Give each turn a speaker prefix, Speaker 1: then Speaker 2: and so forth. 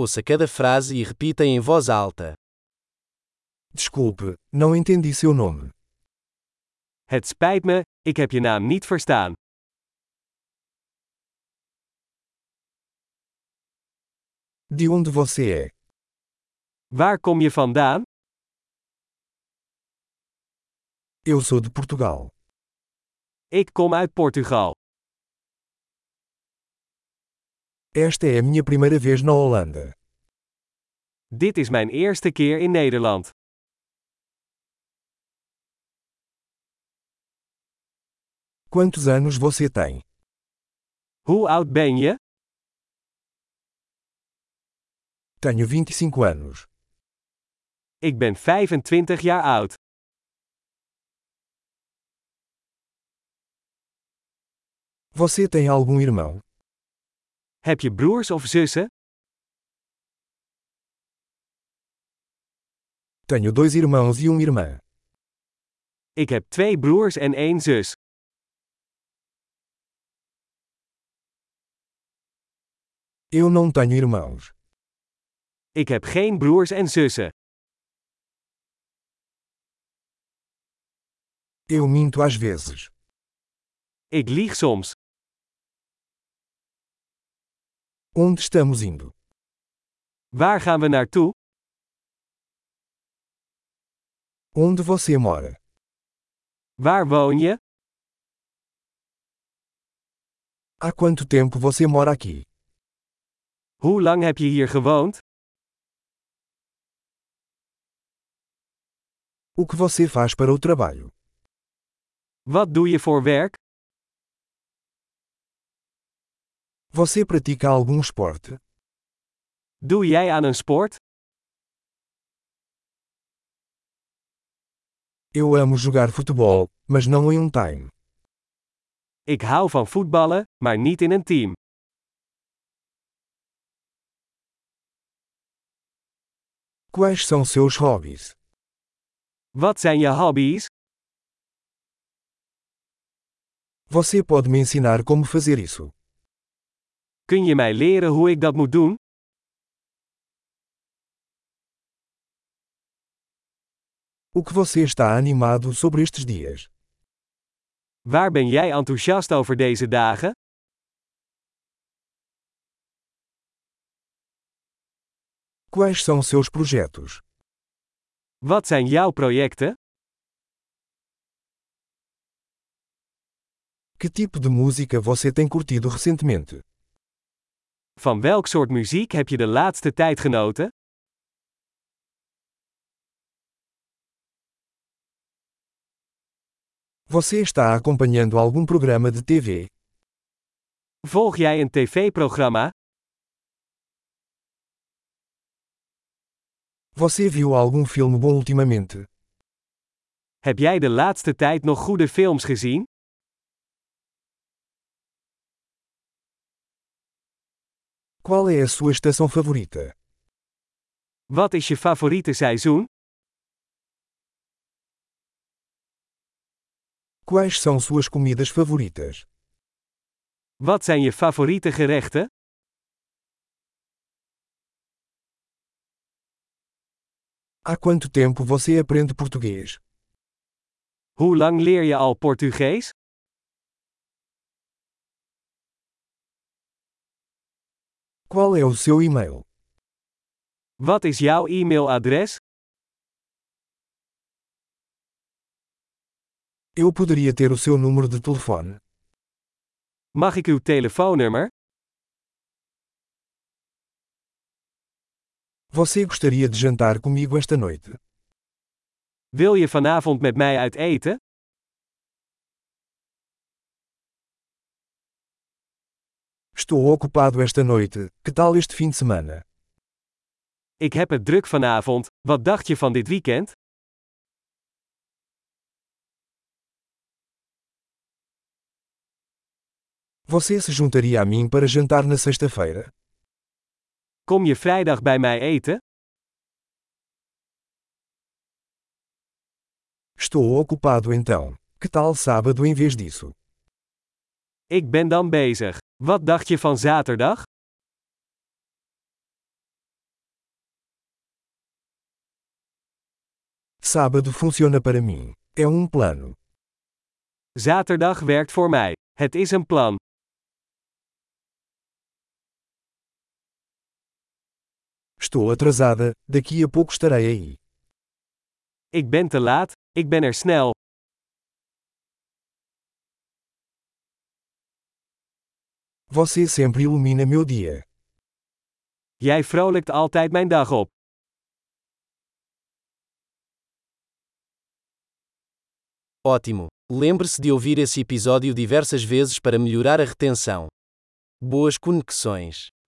Speaker 1: Ouça cada frase e repita em voz alta.
Speaker 2: Desculpe, não entendi seu nome.
Speaker 3: Het spijt me, ik heb je naam niet verstaan.
Speaker 2: De onde você é?
Speaker 3: Waar kom je vandaan?
Speaker 2: Eu sou de Portugal.
Speaker 3: Ik kom uit Portugal.
Speaker 2: Esta é a minha primeira vez na Holanda.
Speaker 3: Dit is mijn eerste keer in Nederland.
Speaker 2: Quantos anos você tem?
Speaker 3: Hoe oud ben je?
Speaker 2: Tenho 25 anos.
Speaker 3: Ik ben 25 jaar oud.
Speaker 2: Você tem algum irmão?
Speaker 3: Heb je broers of zussen?
Speaker 2: Tenho dois irmãos e uma irmã.
Speaker 3: Ik heb twee broers en één zus.
Speaker 2: Eu não tenho irmãos.
Speaker 3: Ik heb geen broers en zussen.
Speaker 2: Eu minto às vezes.
Speaker 3: Ik lieg soms.
Speaker 2: Onde estamos indo?
Speaker 3: Waar gaan we naartoe?
Speaker 2: Onde você mora?
Speaker 3: Waar woon je?
Speaker 2: Há quanto tempo você mora aqui?
Speaker 3: Hoe lang heb je hier gewoond?
Speaker 2: O que você faz para o trabalho?
Speaker 3: Wat doe je voor werk?
Speaker 2: Você pratica algum esporte?
Speaker 3: Doe jij aan een sport?
Speaker 2: Eu amo jogar futebol, mas não em um time.
Speaker 3: Ik hou van voetballen, maar niet in een team.
Speaker 2: Quais são seus hobbies?
Speaker 3: Wat zijn je hobby's?
Speaker 2: Você pode me ensinar como fazer isso?
Speaker 3: Kun je mij leren hoe ik dat moet doen?
Speaker 2: O que você está animado sobre estes dias?
Speaker 3: Waar ben jij enthousiast over deze dagen?
Speaker 2: Quais são seus projetos?
Speaker 3: Wat zijn jouw projecten?
Speaker 2: Que tipo de música você tem curtido recentemente?
Speaker 3: Van welk soort muziek heb je de laatste tijd genoten?
Speaker 2: Você está acompanhando algum programa de TV?
Speaker 3: Volg jij een tv-programma?
Speaker 2: Você viu algum filme bom ultimamente?
Speaker 3: Heb jij de laatste tijd nog goede films gezien?
Speaker 2: Qual é a sua estação favorita?
Speaker 3: Wat is je favoriete seizoen?
Speaker 2: Quais são suas comidas favoritas?
Speaker 3: Wat zijn je favoriete gerechten?
Speaker 2: Há quanto tempo você aprende português?
Speaker 3: Hoe lang leer je al Portugees?
Speaker 2: Qual é o seu e-mail?
Speaker 3: Wat is jouw e-mailadres?
Speaker 2: Eu poderia ter o seu número de telefone.
Speaker 3: Mag ik uw telefoonnummer?
Speaker 2: Você gostaria de jantar comigo esta noite?
Speaker 3: Wil je vanavond met mij uit eten?
Speaker 2: Estou ocupado esta noite, que tal este fim de semana?
Speaker 3: Ik heb het druk vanavond, wat dacht je van dit weekend?
Speaker 2: Você se juntaria a mim para jantar na sexta-feira?
Speaker 3: Kom je vrijdag bij mij eten?
Speaker 2: Estou ocupado então. Que tal sábado em vez disso?
Speaker 3: Ik ben dan bezig. Wat dacht je van zaterdag?
Speaker 2: Sábado funciona para mim. É um plano.
Speaker 3: Zaterdag werkt voor mij. Het is een plan.
Speaker 2: Estou atrasada, daqui a pouco estarei aí.
Speaker 3: Ik ben te laat, ik ben er snel.
Speaker 2: Você sempre ilumina meu dia.
Speaker 3: Jij vrolijkt altijd mijn dag op.
Speaker 1: Ótimo! Lembre-se de ouvir esse episódio diversas vezes para melhorar a retenção. Boas conexões!